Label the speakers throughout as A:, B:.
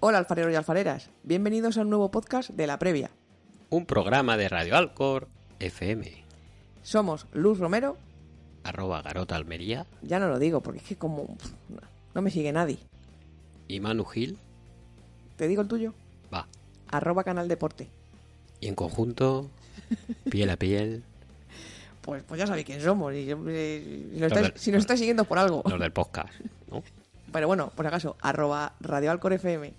A: Hola alfareros y alfareras, bienvenidos a un nuevo podcast de La Previa.
B: Un programa de Radio Alcor FM,
A: Somos Luz Romero,
B: arroba Garota Almería
A: ya no lo digo porque es que como pff, no- no me sigue nadie.
B: y Manu Gil,
A: Te digo el tuyo,
B: va.
A: arroba canal deporte.
B: Y en conjunto, piel a piel,
A: Pues, pues ya sabéis quién somos y yo- eh, si, lo
B: Los
A: estáis,
B: del-
A: si nos estáis siguiendo es por algo.
B: los del podcast, ¿no?
A: Pero bueno, por si acaso, arroba Radio Alcor FM.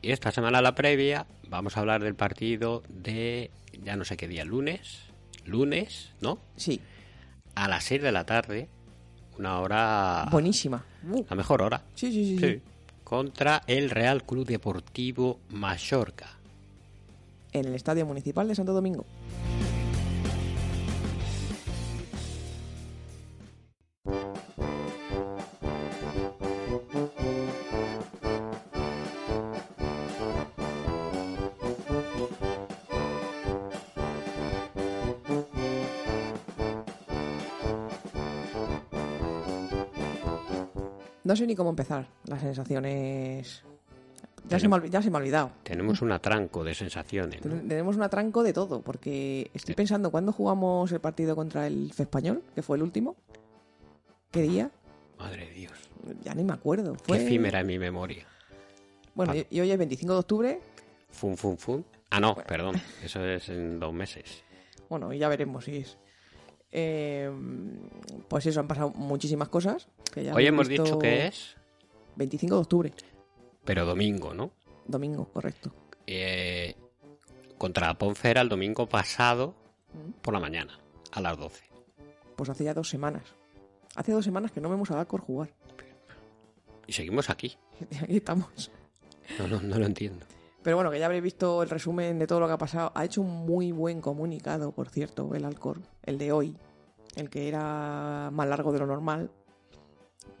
B: Y esta semana la previa vamos a hablar del partido de ya no sé qué día, lunes, lunes, ¿no?
A: Sí,
B: A las 6 de la tarde, una hora,
A: buenísima. Uh,
B: la mejor hora,
A: sí, sí, sí, sí.
B: Ah. sí, contra el Real Club Deportivo Mallorca.
A: En el Estadio Municipal de Santo Domingo. No sé ni cómo empezar. Las sensaciones... Ya se me ha olvi- ya se me ha olvidado.
B: Tenemos un atranco de sensaciones, ¿no?
A: Ten- Tenemos un atranco de todo, porque estoy pensando cuándo jugamos el partido contra el F español, que fue el último. ¿Qué día?
B: Madre de Dios,
A: Ya ni me acuerdo.
B: qué
A: Fue...
B: efímera en mi memoria.
A: Bueno, y, y hoy es 25 de octubre.
B: Fun, fun, fun. Ah, no, perdón. Eso es en dos meses.
A: Bueno, y ya veremos si es. Eh, pues eso, han pasado muchísimas cosas. que ya
B: Hoy hemos
A: visto-
B: dicho que es,
A: 25 de octubre,
B: pero domingo, ¿no?
A: domingo, correcto.
B: Eh, contra Ponce era el domingo pasado por la mañana, a las 12.
A: Pues hace ya dos semanas. Hace dos semanas que no vemos a Alcor jugar.
B: Y seguimos aquí.
A: Aquí estamos.
B: No, no, no lo entiendo.
A: Pero bueno, que ya habréis visto el resumen de todo lo que ha pasado. Ha hecho un muy buen comunicado, por cierto, el Alcor, el de hoy, el que era más largo de lo normal,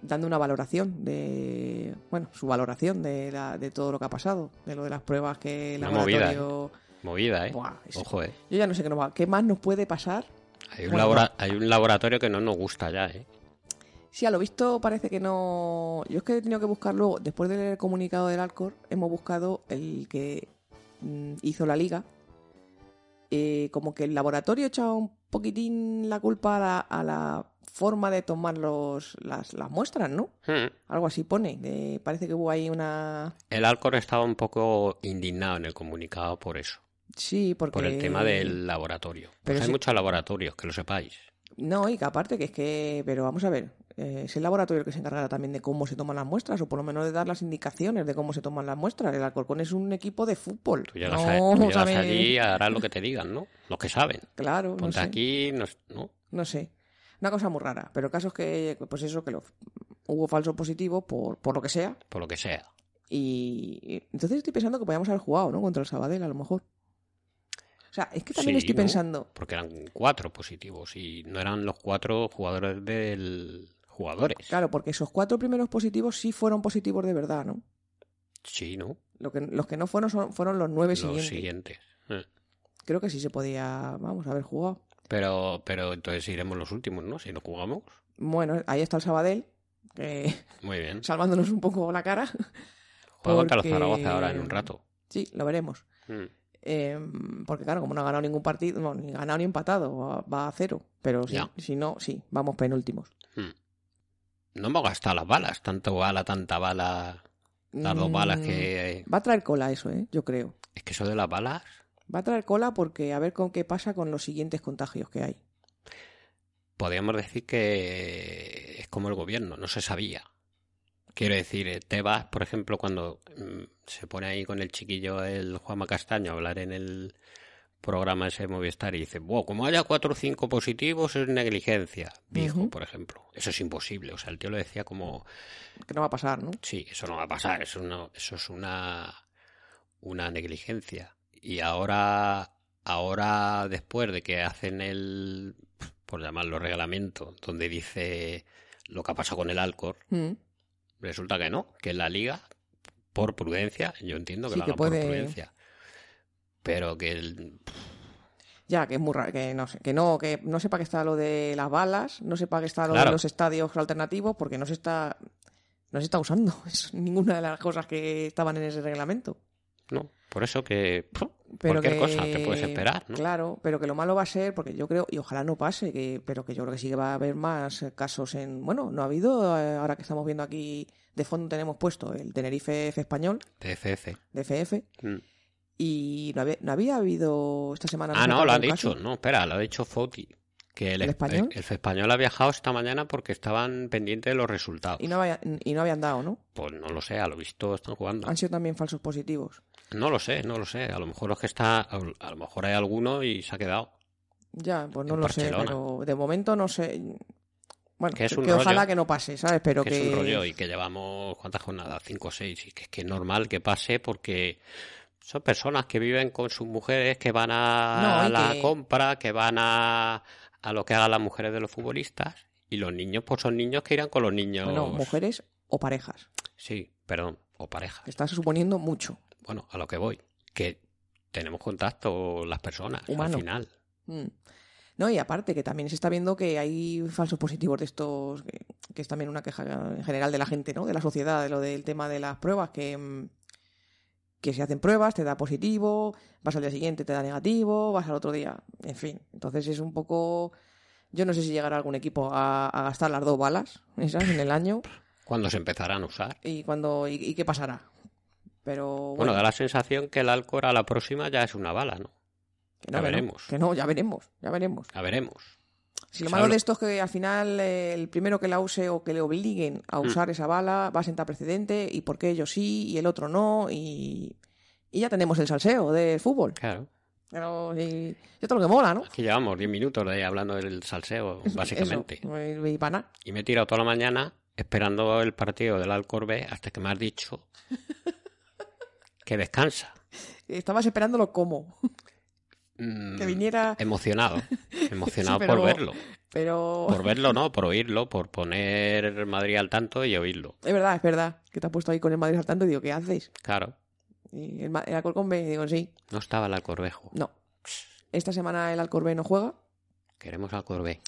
A: dando una valoración de. Bueno, su valoración de, la- de todo lo que ha pasado, de lo de las pruebas que el
B: Una movida,
A: laboratorio-
B: Movida, ¿eh?
A: Buah, es-
B: Ojo, ¿eh?
A: Yo ya no sé qué, nos va- qué más nos puede pasar.
B: Hay un,
A: Bueno,
B: labora- hay un laboratorio que no nos gusta ya, ¿eh?
A: Sí, a lo visto parece que no. Yo es que he tenido que buscar luego, después del comunicado del Alcor, hemos buscado el que mm, hizo la liga. Eh, como que el laboratorio echaba un poquitín la culpa a la, a la forma de tomar los, las, las muestras, ¿no?
B: Hmm.
A: Algo así pone. de- parece que hubo ahí una.
B: El Alcor estaba un poco indignado en el comunicado por eso,
A: Sí, porque.
B: por el tema del laboratorio. Pues
A: Pero
B: hay
A: sí.
B: muchos laboratorios, que lo sepáis.
A: No, y que aparte que es que, pero vamos a ver, eh, es el laboratorio el que se encargará también de cómo se toman las muestras, o por lo menos de dar las indicaciones de cómo se toman las muestras. El Alcorcón es un equipo de fútbol.
B: Tú llegas, a-
A: no,
B: tú llegas
A: ¿sabes?
B: allí y harás lo que te digan, ¿no? Los que saben.
A: Claro, no
B: Ponte
A: sé,
B: aquí, no, es- ¿no?
A: no sé. Una cosa muy rara, pero el caso es que, pues eso, que lo- hubo falso positivo por, por lo que sea.
B: por lo que sea.
A: Y y entonces estoy pensando que podíamos haber jugado, ¿no? Contra el Sabadell, a lo mejor. O sea, es que también
B: Sí,
A: estoy
B: ¿no?
A: pensando,
B: Porque eran cuatro positivos y no eran los cuatro jugadores del... Jugadores.
A: claro, porque esos cuatro primeros positivos sí fueron positivos de verdad, ¿no?
B: Sí, ¿no?
A: Lo que, los que no fueron son- fueron los nueve
B: Los
A: siguientes.
B: siguientes. Eh.
A: Creo que sí se podía, vamos, haber jugado.
B: Pero, pero entonces iremos los últimos, ¿no? Si no jugamos.
A: Bueno, ahí está el Sabadell, que,
B: Muy bien.
A: salvándonos un poco la cara.
B: Juega contra los
A: porque-
B: Zaragoza ahora en un rato.
A: Sí, lo veremos.
B: Mm.
A: Eh, porque claro, como no ha ganado ningún partido, no, ni ganado ni empatado, va- va a cero. Pero si,
B: Ya.
A: si no, sí, vamos penúltimos.
B: Mm. No hemos gastado las balas. Tanto bala, tanta bala. Las dos
A: Mm,
B: balas que...
A: Va a traer cola eso, ¿eh? yo creo.
B: Es que eso de las balas...
A: Va a traer cola porque a ver con qué pasa con los siguientes contagios que hay.
B: podríamos decir que es como el gobierno, no se sabía. Quiero decir, eh, Tebas, por ejemplo, cuando mm, se pone ahí con el chiquillo el Juanma Castaño a hablar en el programa ese de Movistar y dice, wow, como haya cuatro o cinco positivos es negligencia, dijo,
A: Ujú.
B: por ejemplo. Eso es imposible, o sea, el tío lo decía como,
A: Que no va a pasar, ¿no?
B: sí, eso no va a pasar, eso, no, eso es una, una negligencia. Y ahora, ahora después de que hacen el, por llamarlo reglamento, donde dice lo que ha pasado con el Alcor,
A: Mm.
B: resulta que no, que en la liga, por prudencia, yo entiendo que
A: Sí,
B: la
A: que puede-
B: por prudencia, pero que el-
A: Ya, que es muy raro, que no sé, que no, que no sepa que está lo de las balas, no sepa que está lo de
B: Claro.
A: los estadios alternativos, porque no se está. No se está usando. Es ninguna de las cosas que estaban en ese reglamento.
B: No, por eso que puf,
A: Pero
B: cualquier
A: que-
B: cosa te puedes esperar, ¿no?
A: Claro, pero que lo malo va a ser, porque yo creo, y ojalá no pase, que, pero que yo creo que sí que va a haber más eh, casos en. Bueno, no ha habido, eh, ahora que estamos viendo aquí, de fondo tenemos puesto el Tenerife F español,
B: TFF.
A: DFF,
B: Mm.
A: y no había, no había habido esta semana.
B: Ah,
A: sé,
B: no, lo ha
A: algún
B: dicho,
A: caso.
B: no, espera, lo ha dicho Foti. Que el,
A: ¿El
B: esp-
A: español?
B: el español ha viajado esta mañana porque estaban pendientes de los resultados.
A: Y no, había- y no habían dado, ¿no?
B: Pues no lo sé, a lo visto están jugando.
A: Han sido también falsos positivos.
B: No lo sé, no lo sé. A lo mejor los que está, a a lo mejor hay alguno y se ha quedado.
A: Ya, pues no
B: En
A: lo sé,
B: Barcelona.
A: pero de momento no sé. Bueno,
B: Que
A: que,
B: es un
A: ojalá
B: rollo.
A: que no pase, ¿sabes? Pero que.
B: que es un rollo y que llevamos cuántas jornadas, cinco o seis, y que es que es normal que pase porque son personas que viven con sus mujeres, que van a
A: No, y
B: la
A: que-
B: compra, que van a, a lo que hagan las mujeres de los futbolistas, y los niños, pues son niños que irán con los niños.
A: Bueno, mujeres o parejas.
B: Sí, perdón, o parejas.
A: que Estás suponiendo mucho.
B: Bueno, a lo que voy, que tenemos contacto las personas
A: Humano.
B: al final.
A: Mm. No, y aparte que también se está viendo que hay falsos positivos de estos, que, que es también una queja en general de la gente, ¿no? De la sociedad, de lo del tema de las pruebas, que, mm, que se hacen pruebas, te da positivo, vas al día siguiente, te da negativo, vas al otro día, en fin. Entonces es un poco... Yo no sé si llegará algún equipo a, a gastar las dos balas esas en el año
B: ¿Cuándo se empezarán a usar?
A: y cuando y, y qué pasará. Pero bueno,
B: Bueno, da la sensación que el alcohol a la próxima ya es una bala, ¿no?
A: que no,
B: ya
A: que no,
B: veremos.
A: que no, ya veremos, ya veremos.
B: Ya veremos.
A: Si lo
B: O sea,
A: malo
B: lo-
A: de esto es que al final eh, el primero que la use o que le obliguen a
B: Mm.
A: usar esa bala va a sentar precedente y por qué ellos sí y el otro no y, y ya tenemos el salseo del fútbol.
B: Claro.
A: Pero y, y esto es lo que mola, ¿no?
B: Aquí llevamos 10 minutos de hablando del salseo, básicamente.
A: Eso, y, para nada.
B: Y me he tirado toda la mañana esperando el partido del Alcor B hasta que me has dicho que descansa.
A: Estabas esperándolo como,
B: Mm,
A: que viniera...
B: Emocionado. Emocionado
A: Sí, pero-
B: por verlo.
A: Pero...
B: Por verlo, no, por oírlo, por poner Madrid al tanto y oírlo.
A: Es verdad, es verdad, que te has puesto ahí con el Madrid saltando y digo, ¿qué haces?
B: Claro.
A: Y el, Ma- el Alcorcón B, y digo, sí,
B: No estaba el Alcorbejo.
A: no. Esta semana el Alcorcón B no juega
B: Queremos Alcor B.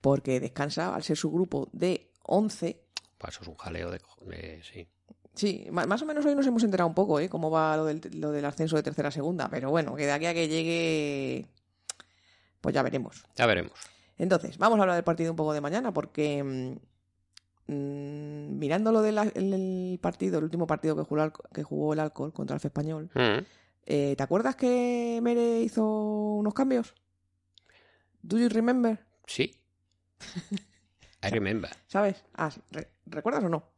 A: porque descansa al ser su grupo de 11
B: Pues eso es un jaleo de cojones, sí.
A: Sí, ma- más o menos hoy nos hemos enterado un poco, ¿eh? Cómo va lo del, lo del ascenso de tercera a segunda. Pero bueno, que de aquí a que llegue, pues ya veremos.
B: Ya veremos.
A: Entonces, vamos a hablar del partido un poco de mañana, porque mm, mm, mirando lo del el- el partido, el último partido que jugó, el Alco- que jugó el Alcor contra el F Español,
B: Mm.
A: eh, ¿te acuerdas que Mere hizo unos cambios? ¿Do you remember?
B: Sí. I remember.
A: ¿Sabes? Ah, sí. Re- ¿Recuerdas o no?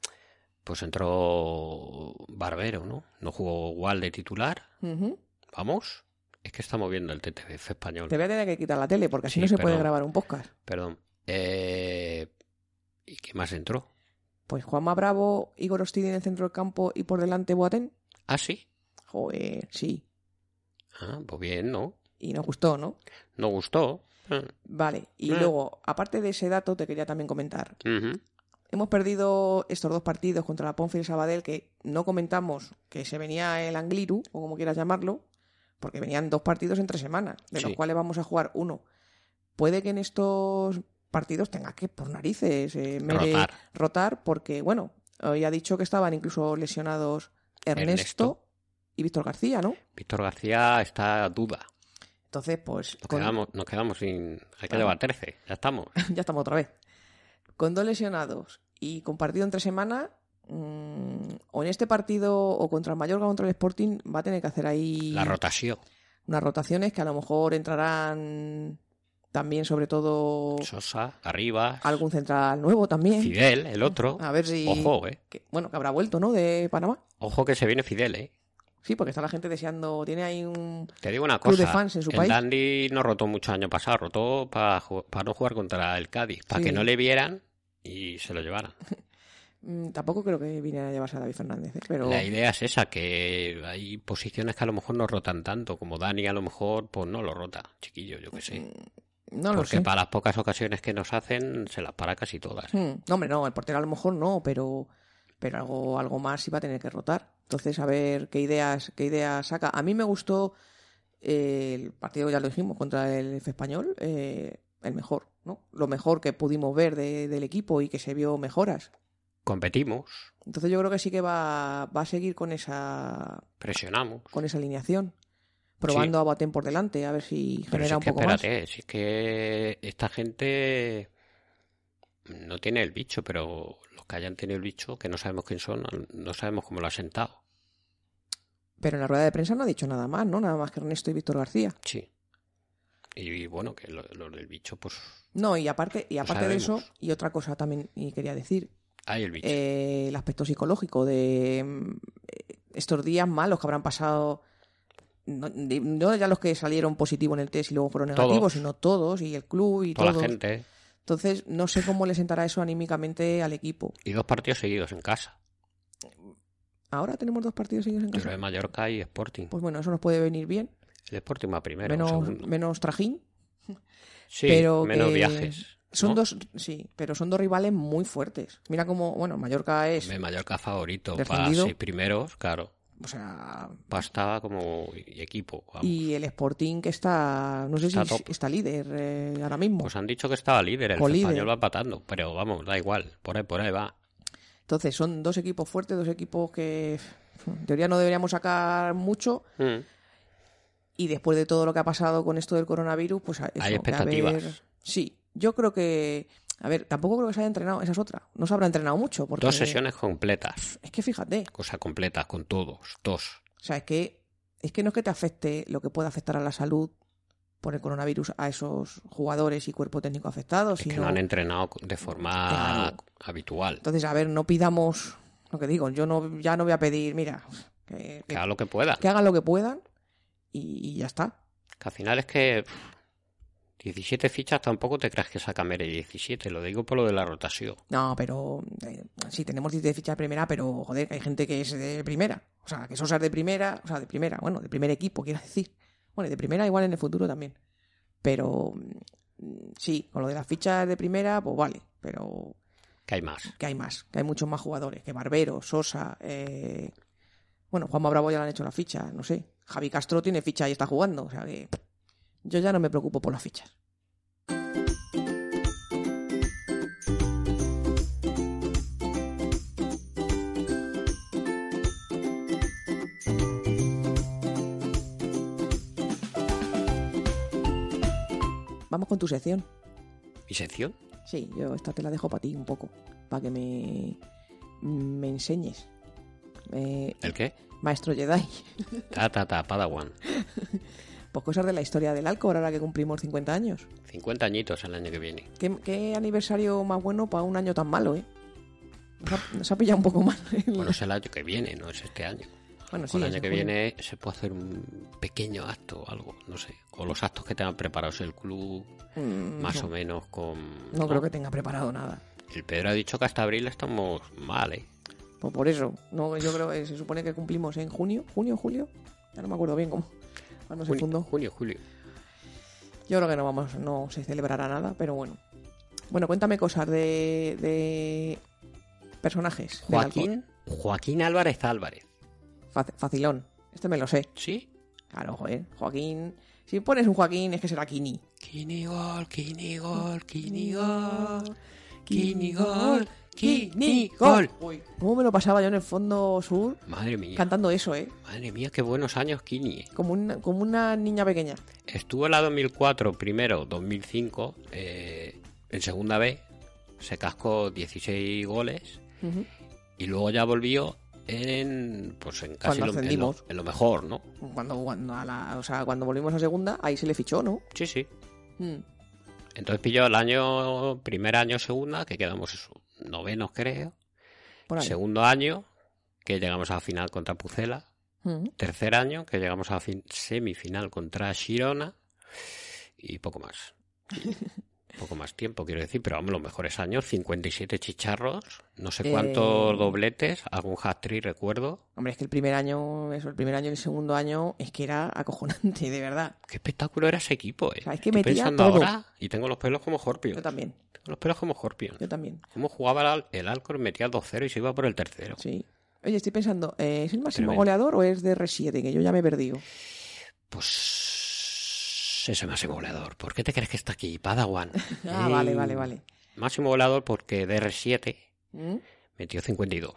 B: Pues entró Barbero, ¿no? No jugó igual de titular.
A: Ujú.
B: Vamos. Es que estamos viendo el TTF español.
A: Te voy a tener que quitar la tele porque así
B: Sí,
A: no se
B: pero-
A: puede grabar un podcast.
B: Perdón. Eh, ¿Y qué más entró?
A: Pues Juanma Bravo, Igor Ostidi en el centro del campo y por delante Boateng.
B: Ah, sí.
A: Joder, sí.
B: Ah, pues bien, ¿no?
A: Y nos gustó, ¿no?
B: No gustó. Ah,
A: Vale. Y
B: Mm.
A: luego, aparte de ese dato, te quería también comentar.
B: ujú.
A: Hemos perdido estos dos partidos contra la Ponce y el Sabadell, que no comentamos que se venía el Angliru, o como quieras llamarlo, porque venían dos partidos entre semanas, de los
B: Sí.
A: cuales vamos a jugar uno. Puede que en estos partidos tenga que, por narices, eh, Mere,
B: Rotar.
A: rotar, porque, bueno, hoy ha dicho que estaban incluso lesionados Ernesto,
B: Ernesto.
A: y Víctor García, ¿no?
B: Víctor García está a duda.
A: Entonces, pues,
B: Nos
A: con-
B: quedamos, nos quedamos sin... Hay que
A: Claro.
B: llevar 13. Ya estamos.
A: ya estamos otra vez. Con dos lesionados y con partido entre semana, mm, o en este partido o contra el Mallorca o contra el Sporting, va a tener que hacer ahí
B: La rotación.
A: unas rotaciones que a lo mejor entrarán también, sobre todo,
B: Sosa, arriba.
A: algún central nuevo también.
B: Fidel, el otro.
A: A ver si.
B: Ojo, eh.
A: que- bueno, que habrá vuelto, ¿no? De Panamá.
B: Ojo que se viene Fidel, eh.
A: Sí, porque está la gente deseando. Tiene ahí un.
B: Te digo una
A: Club
B: cosa.
A: de fans en su
B: el
A: país.
B: Dandy no rotó mucho año pasado, rotó para no jugar contra el Cádiz, para
A: Sí.
B: que no le vieran y se lo llevaran.
A: mm, tampoco creo que viniera a llevarse a David Fernández, ¿eh? pero.
B: La idea es esa, que hay posiciones que a lo mejor no rotan tanto, como Dani a lo mejor pues no lo rota, chiquillo, yo que sé.
A: Mm, No lo
B: Porque
A: sé.
B: para las pocas ocasiones que nos hacen se las para casi todas.
A: Hmm, No, hombre, no, el portero a lo mejor no, pero, pero algo, algo más iba a tener que rotar. Entonces, a ver qué ideas, qué ideas saca. A mí me gustó eh, el partido, ya lo dijimos, contra el F español, eh, el mejor, ¿no? Lo mejor que pudimos ver de- del equipo y que se vio mejoras.
B: competimos,
A: Entonces yo creo que sí que va, va a seguir con esa,
B: presionamos.
A: con esa alineación, probando a Boateng por delante, a ver si
B: Pero
A: genera
B: si es
A: un
B: que
A: poco
B: espérate, si es que esta gente no tiene el bicho, pero los que hayan tenido el bicho, que no sabemos quién son, no sabemos cómo lo ha sentado.
A: más. Pero en la rueda de prensa no ha dicho nada más, ¿no? Nada más que Ernesto y Víctor García.
B: Sí. Y, y bueno, que lo- los del bicho, pues
A: No, y aparte, y
B: Lo
A: aparte de eso,
B: Pues sabemos.
A: y otra cosa también y quería decir,
B: hay el bicho.
A: eh, el aspecto psicológico de mm, eh, estos días malos que habrán pasado, no, de- no ya los que salieron positivos en el test y luego fueron negativos,
B: Todos.
A: sino todos, y el club y
B: Toda
A: todos.
B: la gente.
A: Entonces, no sé cómo le sentará eso anímicamente al equipo.
B: Y dos partidos seguidos en casa.
A: Ahora tenemos dos partidos seguidos en
B: Yo creo de
A: casa.
B: Mallorca y Sporting.
A: Pues bueno, eso nos puede venir bien.
B: El Sporting va primero,
A: menos,
B: segundo.
A: menos trajín.
B: Sí,
A: pero
B: menos
A: que
B: viajes.
A: Son
B: ¿no?
A: dos, sí, pero son dos rivales muy fuertes. Mira cómo, bueno, Mallorca es,
B: Hombre, Mallorca favorito para
A: Descendido.
B: seis primeros, claro.
A: o sea,
B: Pasta como y equipo. vamos.
A: y el Sporting que está, no sé
B: Está
A: si
B: top.
A: está líder eh, ahora mismo.
B: Pues han dicho que estaba líder, el
A: Colíder.
B: español va empatando, pero vamos, da igual, por ahí, por ahí va.
A: Entonces, son dos equipos fuertes, dos equipos que en teoría no deberíamos sacar mucho.
B: Mm.
A: Y después de todo lo que ha pasado con esto del coronavirus, pues a- eso,
B: Hay
A: que a ver-
B: expectativas.
A: Sí, yo creo que, a ver, tampoco creo que se haya entrenado, esa es otra. No se habrá entrenado mucho. Porque...
B: Dos sesiones completas,
A: Es que fíjate,
B: cosa completa, con todos, dos.
A: O sea, es que, es que no es que te afecte lo que pueda afectar a la salud por el coronavirus a esos jugadores y cuerpo técnico afectados.
B: Es que
A: sino-
B: no han entrenado de forma
A: Pues Claro.
B: habitual.
A: Entonces, a ver, no pidamos lo que digo. Yo no, ya no voy a pedir, mira, que, que-
B: Que haga lo que pueda.
A: que hagan lo que puedan y, y ya está.
B: Que al final es que pff, 17 fichas tampoco te creas que saca Mere 17, lo digo por lo de la rotación.
A: No, pero eh, sí, tenemos 10 de ficha de primera, pero joder, que hay gente que es de primera. O sea, que Sosa es de primera, o sea, de primera, bueno, de primer equipo, quiero decir. Bueno, y de primera igual en el futuro también. Pero mm, sí, con lo de las fichas de primera, pues vale, pero
B: Que hay más.
A: que hay más, que hay muchos más jugadores, que Barbero, Sosa, eh... bueno, Juanma Bravo ya le han hecho la ficha, no sé, Javi Castro tiene ficha y está jugando, o sea que yo ya no me preocupo por las fichas. Vamos con tu sección.
B: ¿Y sección?
A: Sí, yo esta te la dejo para ti un poco, para que me, me enseñes. Eh,
B: ¿El qué?
A: Maestro Jedi,
B: Ta, ta, ta, Padawan.
A: pues cosas de la historia del Alcor ahora que cumplimos 50 años.
B: 50 añitos el año que viene.
A: ¿Qué, qué aniversario más bueno para un año tan malo, eh? Nos ha, nos ha pillado un poco mal. el-
B: Bueno, es el año que viene, no es este año.
A: Bueno,
B: Bueno,
A: Pues sí,
B: el
A: es
B: año
A: en
B: que
A: junio.
B: viene se puede hacer un pequeño acto o algo, no sé. O los actos que tengan preparados el club,
A: Mm,
B: más
A: no,
B: o menos con...
A: no creo que tenga preparado nada.
B: El Pedro ha dicho que hasta abril estamos mal, ¿eh?
A: Pues por eso, no, yo creo que se supone que cumplimos en junio, junio, julio, ya no me acuerdo bien cómo, cuando se
B: Junio,
A: fundó.
B: junio, julio.
A: Yo creo que no vamos, no se celebrará nada, pero bueno. Bueno, cuéntame cosas de, de personajes. del Alcor-
B: Joaquín, Joaquín Álvarez Álvarez.
A: Fac- facilón. Este me lo sé.
B: ¿Sí?
A: Claro, joder. Joaquín. Si pones un Joaquín es que será Kini.
B: Kinigol, Kinigol,
A: Kinigol,
B: Kinigol,
A: Kinigol,
B: Kinigol,
A: Kinigol.
B: Kinigol.
A: Uy, ¿Cómo me lo pasaba yo en el fondo sur
B: Madre mía,
A: cantando eso, eh?
B: madre mía, qué buenos años Kini. ¿eh?
A: Como una, como una niña pequeña.
B: Estuvo en la 2004 primero, 2005 eh, en segunda B, se cascó 16 goles
A: Ujú.
B: y luego ya volvió en pues en casi
A: Cuando
B: lo, en, lo,
A: ascendimos.
B: en lo mejor, ¿no?
A: Cuando, cuando, a la- o sea, cuando volvimos a segunda, ahí se le fichó, ¿no?
B: Sí, sí.
A: Mm.
B: Entonces pilló el año primer año segunda que quedamos eso, novenos creo,
A: Por ahí.
B: segundo año que llegamos a la final contra Pucela,
A: Mm.
B: tercer año que llegamos a la fin- semifinal contra Girona y poco más. poco más tiempo, quiero decir, pero vamos, los mejores años, 57 chicharros, no sé cuántos
A: Eh.
B: dobletes, algún hat-trick, recuerdo.
A: Hombre, es que el primer año, eso, el primer año y el segundo año, es que era acojonante, de verdad.
B: Qué espectáculo era ese equipo, eh.
A: O sea, es que
B: Estoy
A: metía
B: pensando
A: todo.
B: ahora y tengo los pelos como Jorpio.
A: Yo también,
B: Tengo los pelos como Jorpio.
A: yo también,
B: ¿Cómo jugaba el, Al- el Alcor? Metía 2-0 y se iba por el tercero.
A: sí. Oye, estoy pensando, ¿eh, ¿es el máximo
B: Tremendo.
A: goleador o es de R7? Que yo ya me he perdido.
B: Pues ese máximo goleador. ¿Por qué te crees que está aquí, Padawan?
A: Ah,
B: Eh,
A: vale, vale, vale.
B: Máximo goleador porque DR7
A: ¿Mm?
B: metió 52.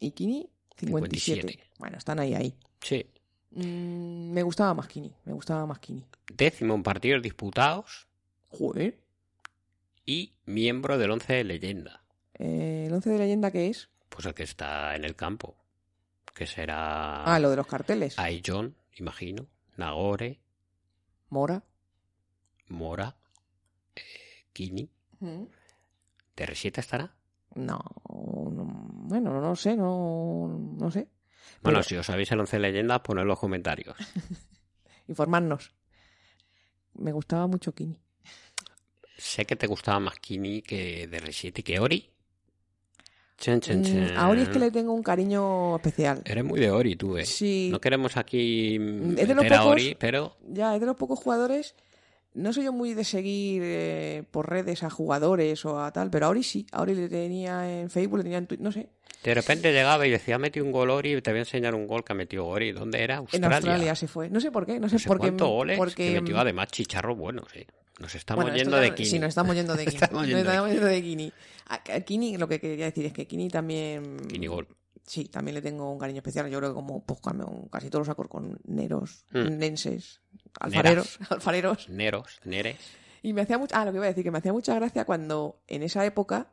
A: Y Kini, 57.
B: 57.
A: Bueno, están ahí, ahí.
B: Sí.
A: Mm, me gustaba más Kini, me gustaba más Kini.
B: Décimo en partidos disputados
A: Joder.
B: y miembro del 11 de leyenda.
A: Eh, ¿El 11 de leyenda qué es?
B: Pues el que está en el campo. Que será
A: Ah, lo de los carteles.
B: Aijon, imagino. Nagore,
A: Mora.
B: Mora, eh, Kini. ¿Terresita estará?
A: No, no, bueno, no sé, no, no sé.
B: Bueno,
A: Pero-
B: si os sabéis el 11 de leyendas, poned en los comentarios.
A: Informarnos. Me gustaba mucho Kini.
B: sé que te gustaba más Kini que Derresita y que Ori. Chen, chen, chen.
A: Mm, ahora es que le tengo un cariño especial.
B: Eres muy de Ori, tú, eh.
A: Sí,
B: No queremos aquí meter
A: es de los
B: a
A: pocos-
B: Ori, pero
A: ya es de los pocos jugadores. No soy yo muy de seguir eh, por redes a jugadores o a tal, pero a Ori sí. A Ori le tenía en Facebook, le tenía en Twitter, no sé.
B: de repente llegaba y decía, metí un gol Ori, te voy a enseñar un gol que metió Ori. ¿Dónde era? Australia.
A: En Australia se fue. No sé por qué, no sé,
B: No sé
A: por qué.
B: cuántos goles,
A: porque, mm.
B: que metió además chicharros buenos, eh. Nos estamos
A: Bueno, esto
B: yendo de
A: ya-
B: Kini.
A: Sí, nos estamos yendo de Kini.
B: Estamos
A: Nos
B: yendo de
A: estamos yendo de Kini. A, a Kini, lo que quería decir es que Kini también.
B: Kini gol.
A: Sí, también le tengo un cariño especial. Yo creo que como pues, como casi todos los acorconeros,
B: Hmm.
A: nenses, alfareros, alfareros.
B: Neros, Neres.
A: Y me hacía mucha. Ah, lo que iba a decir, que me hacía mucha gracia cuando en esa época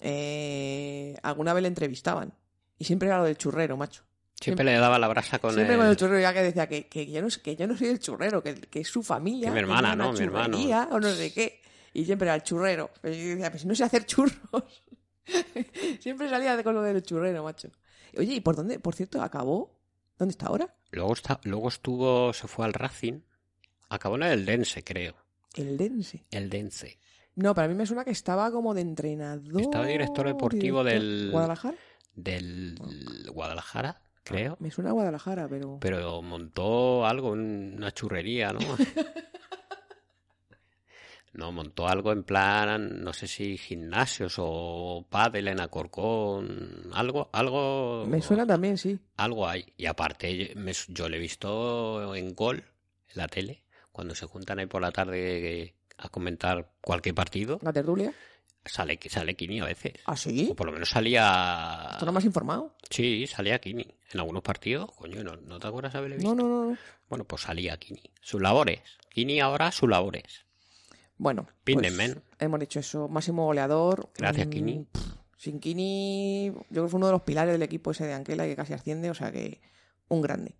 A: eh, alguna vez le entrevistaban. Y siempre era lo del churrero, macho.
B: Siempre le daba la brasa con
A: Siempre
B: el...
A: con el churrero, ya que decía que, que, yo, no, soy- que yo no soy el churrero, que, que es su familia.
B: Que mi hermana,
A: tiene una
B: ¿no? Mi hermano.
A: churrería O no sé qué. Y siempre era el churrero. Pero yo decía, pues no sé hacer churros. siempre salía de- con lo del churrero, macho. Oye, ¿y por dónde? Por cierto, acabó. ¿Dónde está ahora?
B: Luego, está- luego estuvo, se fue al Racing. Acabó en el Dense, creo.
A: El Dense.
B: El Dense.
A: No, para mí me suena que estaba como de entrenador.
B: Estaba director deportivo del-
A: ¿Guadalajara?
B: del Guadalajara, creo.
A: Me suena a Guadalajara, pero.
B: Pero montó algo, en una churrería, ¿no? No, montó algo en plan, no sé si gimnasios o pádel en Acorcón, algo, algo,
A: Me suena también, sí.
B: algo hay. Y aparte, me- yo le he visto en Gol, en la tele, cuando se juntan ahí por la tarde eh, a comentar cualquier partido,
A: La tertulia.
B: sale, sale Kini a veces.
A: ¿Ah, sí?
B: O por lo menos salía...
A: ¿Tú no me has informado?
B: Sí, salía Kini. En algunos partidos, coño, ¿no, no te acuerdas haberle visto?
A: No, no, no. no.
B: Bueno, pues salía Kini. Sus labores. Kini ahora sus labores.
A: Bueno,
B: Pinderman.
A: pues, hemos dicho eso. Máximo goleador.
B: Gracias,
A: Mm,
B: Kini.
A: pff, Sin Kini, yo creo que fue uno de los pilares del equipo ese de Anquela que casi asciende, o sea que un grande.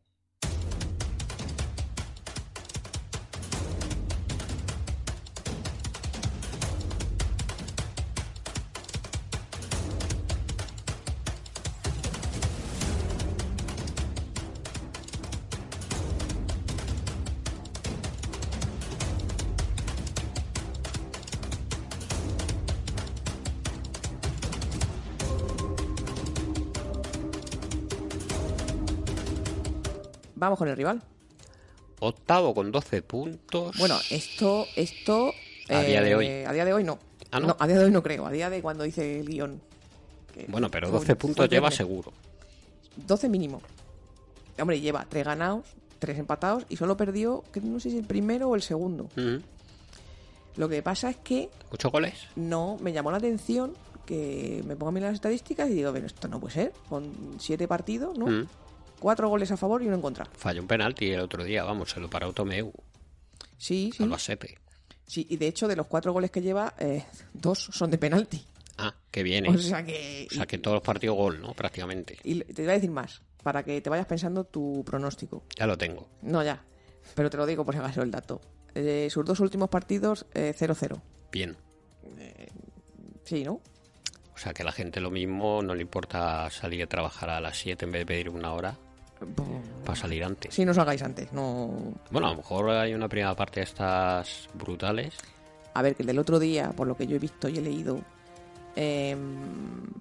A: Vamos con el rival.
B: Octavo con 12 puntos.
A: Bueno, esto, esto. eh,
B: A día de hoy.
A: A día de hoy no.
B: Ah, ¿no?
A: A día de hoy no creo. A día de cuando hice el guión. Que
B: Bueno, pero
A: fue-
B: 12
A: fue
B: puntos
A: el
B: lleva
A: viernes.
B: seguro.
A: 12 mínimo. Hombre, lleva tres ganados, tres empatados y solo perdió, que no sé si el primero o el segundo.
B: Ujú.
A: Lo que pasa es que
B: ¿Ocho goles?
A: no me llamó la atención que me pongo a mirar las estadísticas y digo, bueno, esto no puede ser, con siete partidos, ¿no?
B: Ujú.
A: Cuatro goles a favor y uno en contra.
B: Falló un penalti el otro día, vamos, se lo paró Tomeu,
A: Sí, sí.
B: Albacete.
A: Sí, y de hecho de los cuatro goles que lleva, eh, dos son de penalti.
B: Ah, que viene.
A: O sea que...
B: O sea, que todos los partidos gol, ¿no? Prácticamente.
A: Y te voy a decir más, para que te vayas pensando tu pronóstico.
B: Ya lo tengo.
A: No, ya. Pero te lo digo por si acaso el dato. Eh, sus dos últimos partidos, eh, 0-0.
B: Bien.
A: sí, ¿no?
B: O sea, que la gente lo mismo, no le importa salir a trabajar a las 7 en vez de pedir una hora para salir antes.
A: Si no salgáis antes, no...
B: Bueno, a lo mejor hay una primera parte de estas brutales.
A: A ver, que el del otro día, por lo que yo he visto y he leído, eh,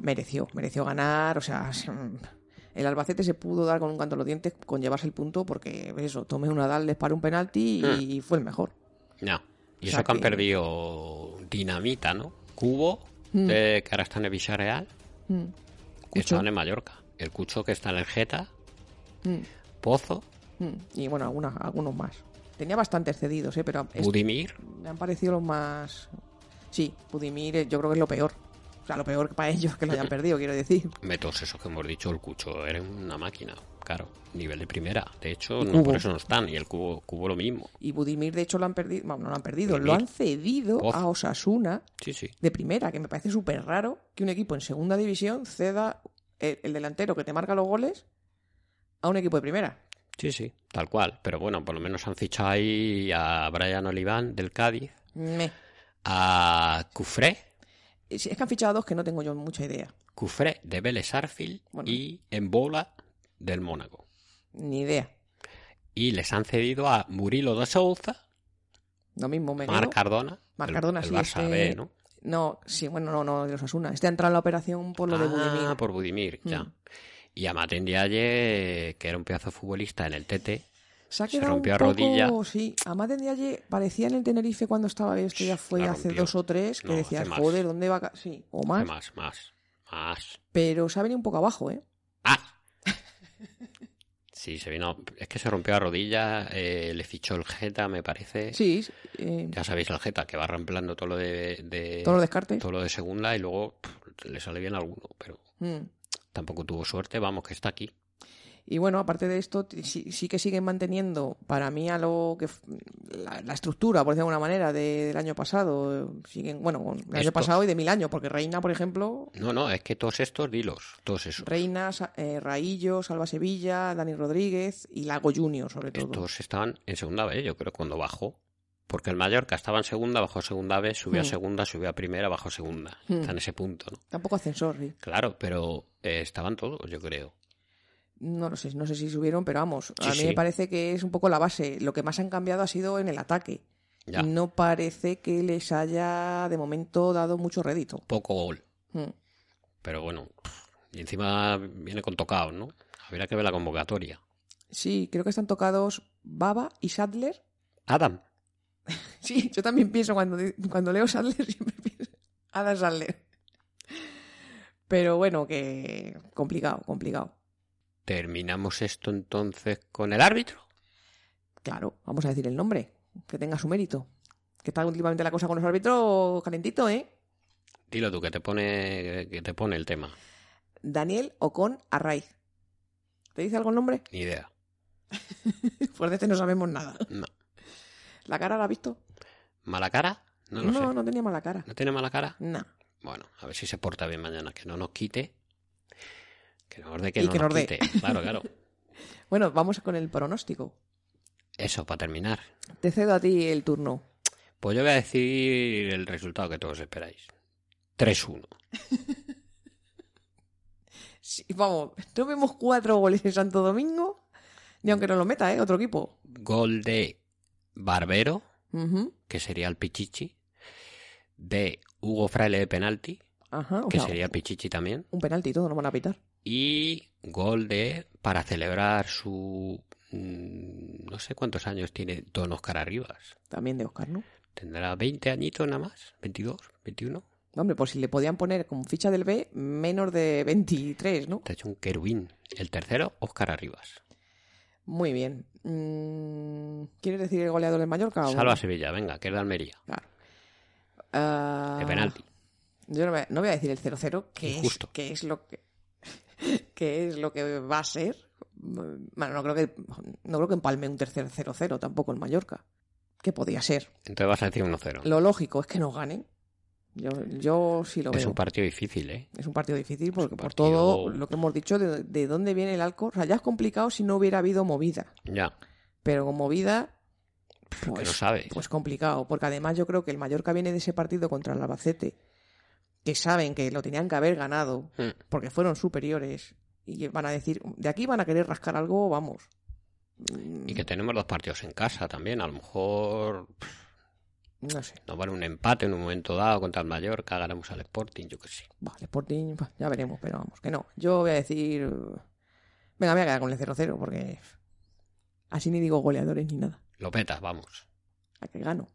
A: mereció, mereció ganar. O sea, el Albacete se pudo dar con un canto a los dientes con llevarse el punto porque, pues eso, tomé una Nadal, les paró un penalti y fue el mejor.
B: No. Y
A: O
B: eso
A: sea
B: que han
A: que-
B: perdido Dinamita, ¿no? Cubo, eh, que ahora está en el Villarreal,
A: Mm.
B: que
A: Cucho.
B: estaban en Mallorca. El Cucho, que está en el Geta.
A: Mm.
B: Pozo,
A: Mm. Y bueno, algunas, algunos más. Tenía bastantes cedidos, ¿eh? pero es-
B: Budimir.
A: me han parecido los más... Sí, Budimir eh, yo creo que es lo peor. O O sea, lo peor para ellos que lo hayan perdido, quiero decir.
B: Hombre, todos esos que hemos dicho, el Cucho era una máquina, claro, nivel de primera. De hecho,
A: Y
B: no,
A: Cubo.
B: por eso no están, y el Cubo, Cubo lo mismo.
A: Y Budimir, de hecho, lo han perdido. Bueno, no lo han perdido,
B: Budimir.
A: lo han cedido
B: Oz.
A: a Osasuna
B: Sí, sí.
A: de primera, que me parece súper raro que un equipo en segunda división ceda el, el delantero que te marca los goles a un equipo de primera.
B: Sí, sí, tal cual. Pero bueno, por lo menos han fichado ahí a Brian Oliván del Cádiz,
A: Meh.
B: a Cufré,
A: Es es que han fichado a dos que no tengo yo mucha idea.
B: Cufré de Vélez Arfield
A: Bueno.
B: y Embola del Mónaco.
A: Ni idea.
B: Y les han cedido a Murilo de Souza,
A: Lo mismo me
B: Mar Cardona.
A: Marc
B: el-
A: Cardona,
B: el
A: sí,
B: Barça
A: este-
B: B, ¿no?
A: No, sí, bueno, no, no, de los Asuna. Este ha entrado en la operación por lo de
B: Ah,
A: Budimir.
B: por Budimir, ya.
A: Mm.
B: Y a Maten Dialle, que era un pedazo de futbolista en el TT.
A: Se ha
B: se
A: quedado
B: rompió
A: un
B: la
A: poco,
B: rodilla.
A: sí. A Maten Dialle parecía en el Tenerife cuando estaba él, esto ya fue
B: la
A: hace
B: rompió.
A: dos o tres, que
B: No,
A: decías,
B: hace más.
A: joder, ¿dónde va? a ca-?" Sí, o más,
B: Más, más, más. más.
A: pero se ha venido un poco abajo, ¿eh?
B: ¡Ah! sí, se vino. Es que se rompió la rodilla, eh, le fichó el Jeta, me parece.
A: Sí, eh,
B: Ya sabéis, el Jeta, que va ramplando todo lo de, de-
A: todos los descartes.
B: todo lo de segunda y luego pff, le sale bien alguno, pero
A: Mm.
B: tampoco tuvo suerte. Vamos, que está aquí.
A: Y bueno, aparte de esto, t- sí, sí que siguen manteniendo para mí a lo que f- la, la estructura, por decirlo de alguna manera, de- del año pasado. eh, Siguen, bueno, con el año
B: Esto.
A: pasado y de mil años, porque Reina, por ejemplo,
B: No, no, es que todos estos, dilos, todos esos.
A: Reina, Sa- eh, Raillo, Salva Sevilla, Dani Rodríguez y Lago Junior, sobre todo.
B: Estos estaban en segunda B, yo creo, cuando bajó. Porque el Mallorca estaba en segunda, bajó a segunda B, subió a
A: Mm.
B: segunda, subió a primera, bajó a segunda.
A: Mm.
B: Está en ese punto, ¿no?
A: Tampoco ascensor, sí.
B: Claro, pero eh, estaban todos, yo creo.
A: No lo sé, no sé si subieron, pero vamos, a mí
B: Sí, sí.
A: me parece que es un poco la base. Lo que más han cambiado ha sido en el ataque.
B: Ya,
A: No parece que les haya de momento dado mucho rédito.
B: poco gol.
A: Mm.
B: Pero bueno, y encima viene con tocado, ¿no? Habrá que ver la convocatoria.
A: Sí, creo que están tocados Baba y Sadler.
B: Adam,
A: Sí, yo también pienso cuando, di- cuando leo Sadler, siempre pienso Adam Sadler. Pero bueno, que complicado, complicado.
B: ¿terminamos esto entonces con el árbitro?
A: Claro, vamos a decir el nombre, que tenga su mérito. Que está últimamente la cosa con los árbitros calentito, ¿eh?
B: Dilo tú, que te pone, que te pone el tema.
A: Daniel Ocon Arraiz. ¿Te dice algo el nombre?
B: Ni idea.
A: Pues de este no sabemos nada.
B: No.
A: ¿La cara la has visto?
B: ¿Mala cara? No lo sé.
A: no, no tenía mala cara.
B: ¿No tiene mala cara?
A: No.
B: Bueno, a ver si se porta bien mañana, que no nos quite. Que nos orde, que
A: Y
B: no
A: que
B: nos
A: nos dé.
B: quite. Claro, claro.
A: Bueno, vamos con el pronóstico.
B: Eso, para terminar.
A: Te cedo a ti el turno.
B: Pues yo voy a decir el resultado que todos esperáis. 3-1.
A: Sí, vamos, no vemos cuatro goles en Santo Domingo, ni aunque no lo meta, ¿eh? Otro equipo.
B: Gol de Barbero,
A: Ujú.
B: que sería el Pichichi. De Hugo Fraile de penalti,
A: Ajá, o
B: que
A: sea,
B: sería Pichichi también.
A: un penalti y todo, no van a pitar.
B: Y gol de, para celebrar su... mm, No sé cuántos años tiene Don Oscar Arribas.
A: También de Oscar, ¿no?
B: ¿Tendrá 20 añitos nada más? ¿22? ¿21?
A: Hombre, pues si le podían poner con ficha del B menos de 23, ¿no?
B: Te ha hecho un querubín. El tercero, Óscar Arribas.
A: Muy bien. Mm, ¿Quieres decir el goleador del Mallorca? o-
B: Salva a Sevilla, venga, que es de Almería.
A: Claro. Ah,
B: De penalti.
A: Yo no voy, a- no voy a decir el 0-0, que es,
B: Injusto.
A: que es lo que que es lo que va a ser. Bueno, no creo que no creo que empalme un tercer 0-0 tampoco el Mallorca. Que podía ser.
B: Entonces vas a decir 1-0.
A: Lo lógico es que nos ganen. Yo, yo sí lo
B: Es
A: veo.
B: un partido difícil, ¿eh?
A: es un partido difícil porque por
B: partido-
A: todo lo que hemos dicho de, de dónde viene el alcohol. O sea, ya es complicado si no hubiera habido movida.
B: Ya,
A: Pero con movida.
B: que lo
A: Pues,
B: sabes.
A: pues complicado, porque además yo creo que el Mallorca viene de ese partido contra el Albacete, que saben que lo tenían que haber ganado,
B: Mm.
A: porque fueron superiores, y van a decir, de aquí van a querer rascar algo, vamos. Mm,
B: Y que tenemos dos partidos en casa también. A lo mejor pff,
A: No sé,
B: nos vale un empate en un momento dado contra el Mallorca, ganamos al Sporting, yo qué sé.
A: vale, Sporting, bah, ya veremos, pero vamos, que no. Yo voy a decir, venga, me voy a quedar con el 0-0, porque así ni digo goleadores ni nada,
B: Lo petas, vamos.
A: a que gano.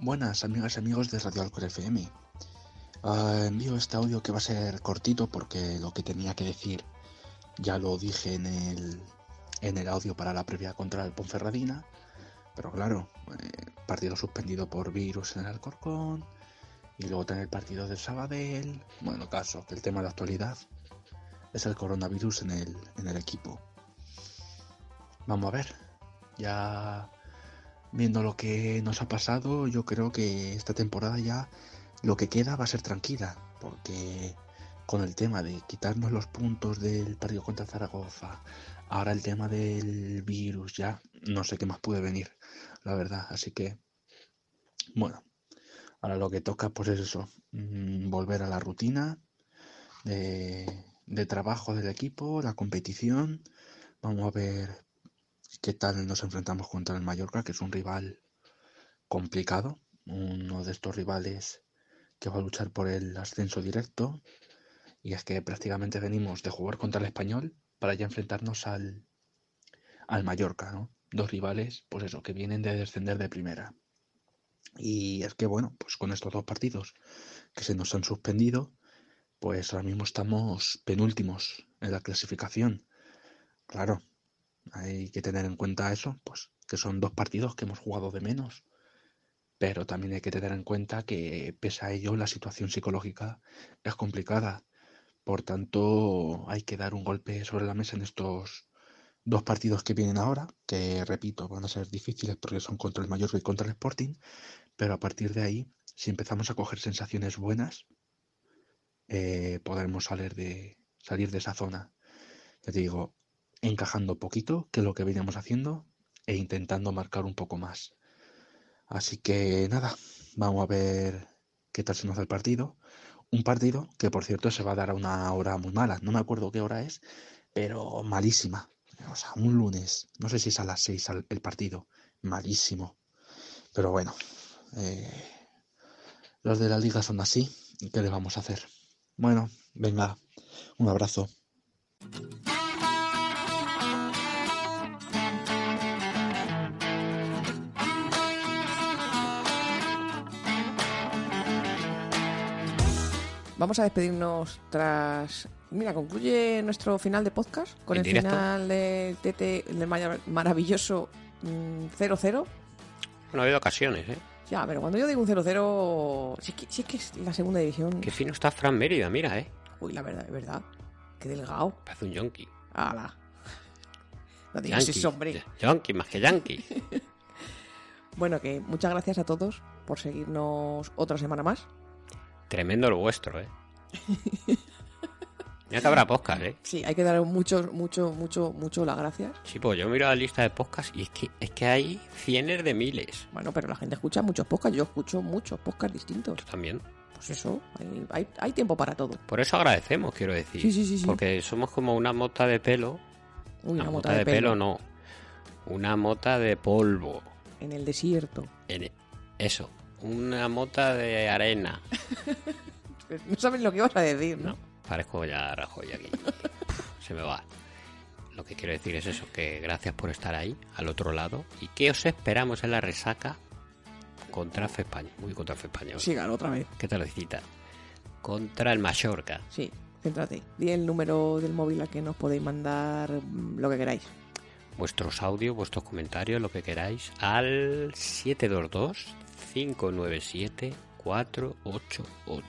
C: Buenas amigas y amigos de Radio Alcor FM. Ah, envío este audio que va a ser cortito porque lo que tenía que decir Ya lo dije en el, en el audio para la previa contra el Ponferradina. Pero claro, eh, partido suspendido por virus en el Alcorcón. Y luego tener el partido del Sabadell. Bueno, caso, que el tema de actualidad es el coronavirus en el, en el equipo. Vamos a ver. Ya viendo lo que nos ha pasado, yo creo que esta temporada ya lo que queda va a ser tranquila. Porque con el tema de quitarnos los puntos del partido contra Zaragoza, ahora el tema del virus, ya no sé qué más puede venir, la verdad. Así que, bueno, ahora lo que toca pues es eso, mm, volver a la rutina de, de trabajo del equipo, la competición. Vamos a ver qué tal nos enfrentamos contra el Mallorca, que es un rival complicado, uno de estos rivales que va a luchar por el ascenso directo. Y es que prácticamente venimos de jugar contra el español para ya enfrentarnos al, al Mallorca, ¿no? Dos rivales, pues eso, que vienen de descender de primera. Y es que, bueno, pues con estos dos partidos que se nos han suspendido, pues ahora mismo estamos penúltimos en la clasificación. Claro, hay que tener en cuenta eso, pues que son dos partidos que hemos jugado de menos. Pero también hay que tener en cuenta que, pese a ello, la situación psicológica es complicada. Por tanto, hay que dar un golpe sobre la mesa en estos dos partidos que vienen ahora, que repito, van a ser difíciles porque son contra el Mallorca y contra el Sporting, pero a partir de ahí, si empezamos a coger sensaciones buenas, eh, podremos salir de, salir de esa zona. Ya te digo, encajando poquito, que es lo que veníamos haciendo, e intentando marcar un poco más. Así que nada, vamos a ver qué tal se nos da el partido. Un partido que, por cierto, se va a dar a una hora muy mala. No me acuerdo qué hora es, pero malísima. O sea, un lunes. No sé si es a las 6 al- el partido. Malísimo. Pero bueno, eh, los de la liga son así. ¿y ¿Qué le vamos a hacer? Bueno, venga, un abrazo.
A: Vamos a despedirnos tras. Mira, concluye nuestro final de podcast con
B: ¿En
A: el
B: directo?
A: final del TT, del maya- maravilloso mm, 0-0.
B: Bueno, ha habido ocasiones, ¿eh?
A: Ya, pero cuando yo digo un 0-0, si es, que, si es que es la segunda división.
B: Qué fino está Fran Mérida, mira, ¿eh?
A: Uy, la verdad, es verdad. Qué delgado.
B: Parece un yonki.
A: Ala. No digas
B: Yankee.
A: eso, hombre.
B: Ya- Yankee, más que yankee.
A: Bueno, que muchas gracias a todos por seguirnos otra semana más.
B: Tremendo lo vuestro, ¿eh? Mira que habrá podcast, ¿eh?
A: Sí, hay que dar mucho, mucho, mucho, mucho las gracias.
B: Sí, pues yo miro la lista de podcasts y es que, es que hay cientos de miles.
A: Bueno, pero la gente escucha muchos podcasts. Yo escucho muchos podcasts distintos.
B: Tú también.
A: Pues eso, hay, hay- hay tiempo para todo.
B: Por eso agradecemos, quiero decir.
A: Sí, sí, sí, sí.
B: Porque somos como una mota de pelo.
A: Uy,
B: una mota, de, pelo. no. Una mota de polvo.
A: En el desierto.
B: En- e- Eso. Una mota de arena.
A: No saben lo que vas a decir, ¿no?
B: No, parezco ya Rajoy aquí. Se me va. Lo que quiero decir es eso, que gracias por estar ahí, al otro lado. ¿Y qué os esperamos en la resaca contra Fe España? Uy, contra Fe España.
A: Sí, claro, otra vez.
B: ¿Qué tal cita? Contra el Mallorca.
A: Sí, céntrate. Di el número del móvil al que nos podéis mandar mm, lo que queráis.
B: Vuestros audios, vuestros comentarios, lo que queráis, al 722-597-488.
A: O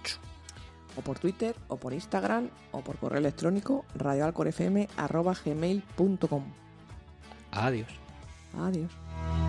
A: por Twitter, o por Instagram, o por correo electrónico radioalcorfm.gmail.com
B: Adiós.
A: Adiós.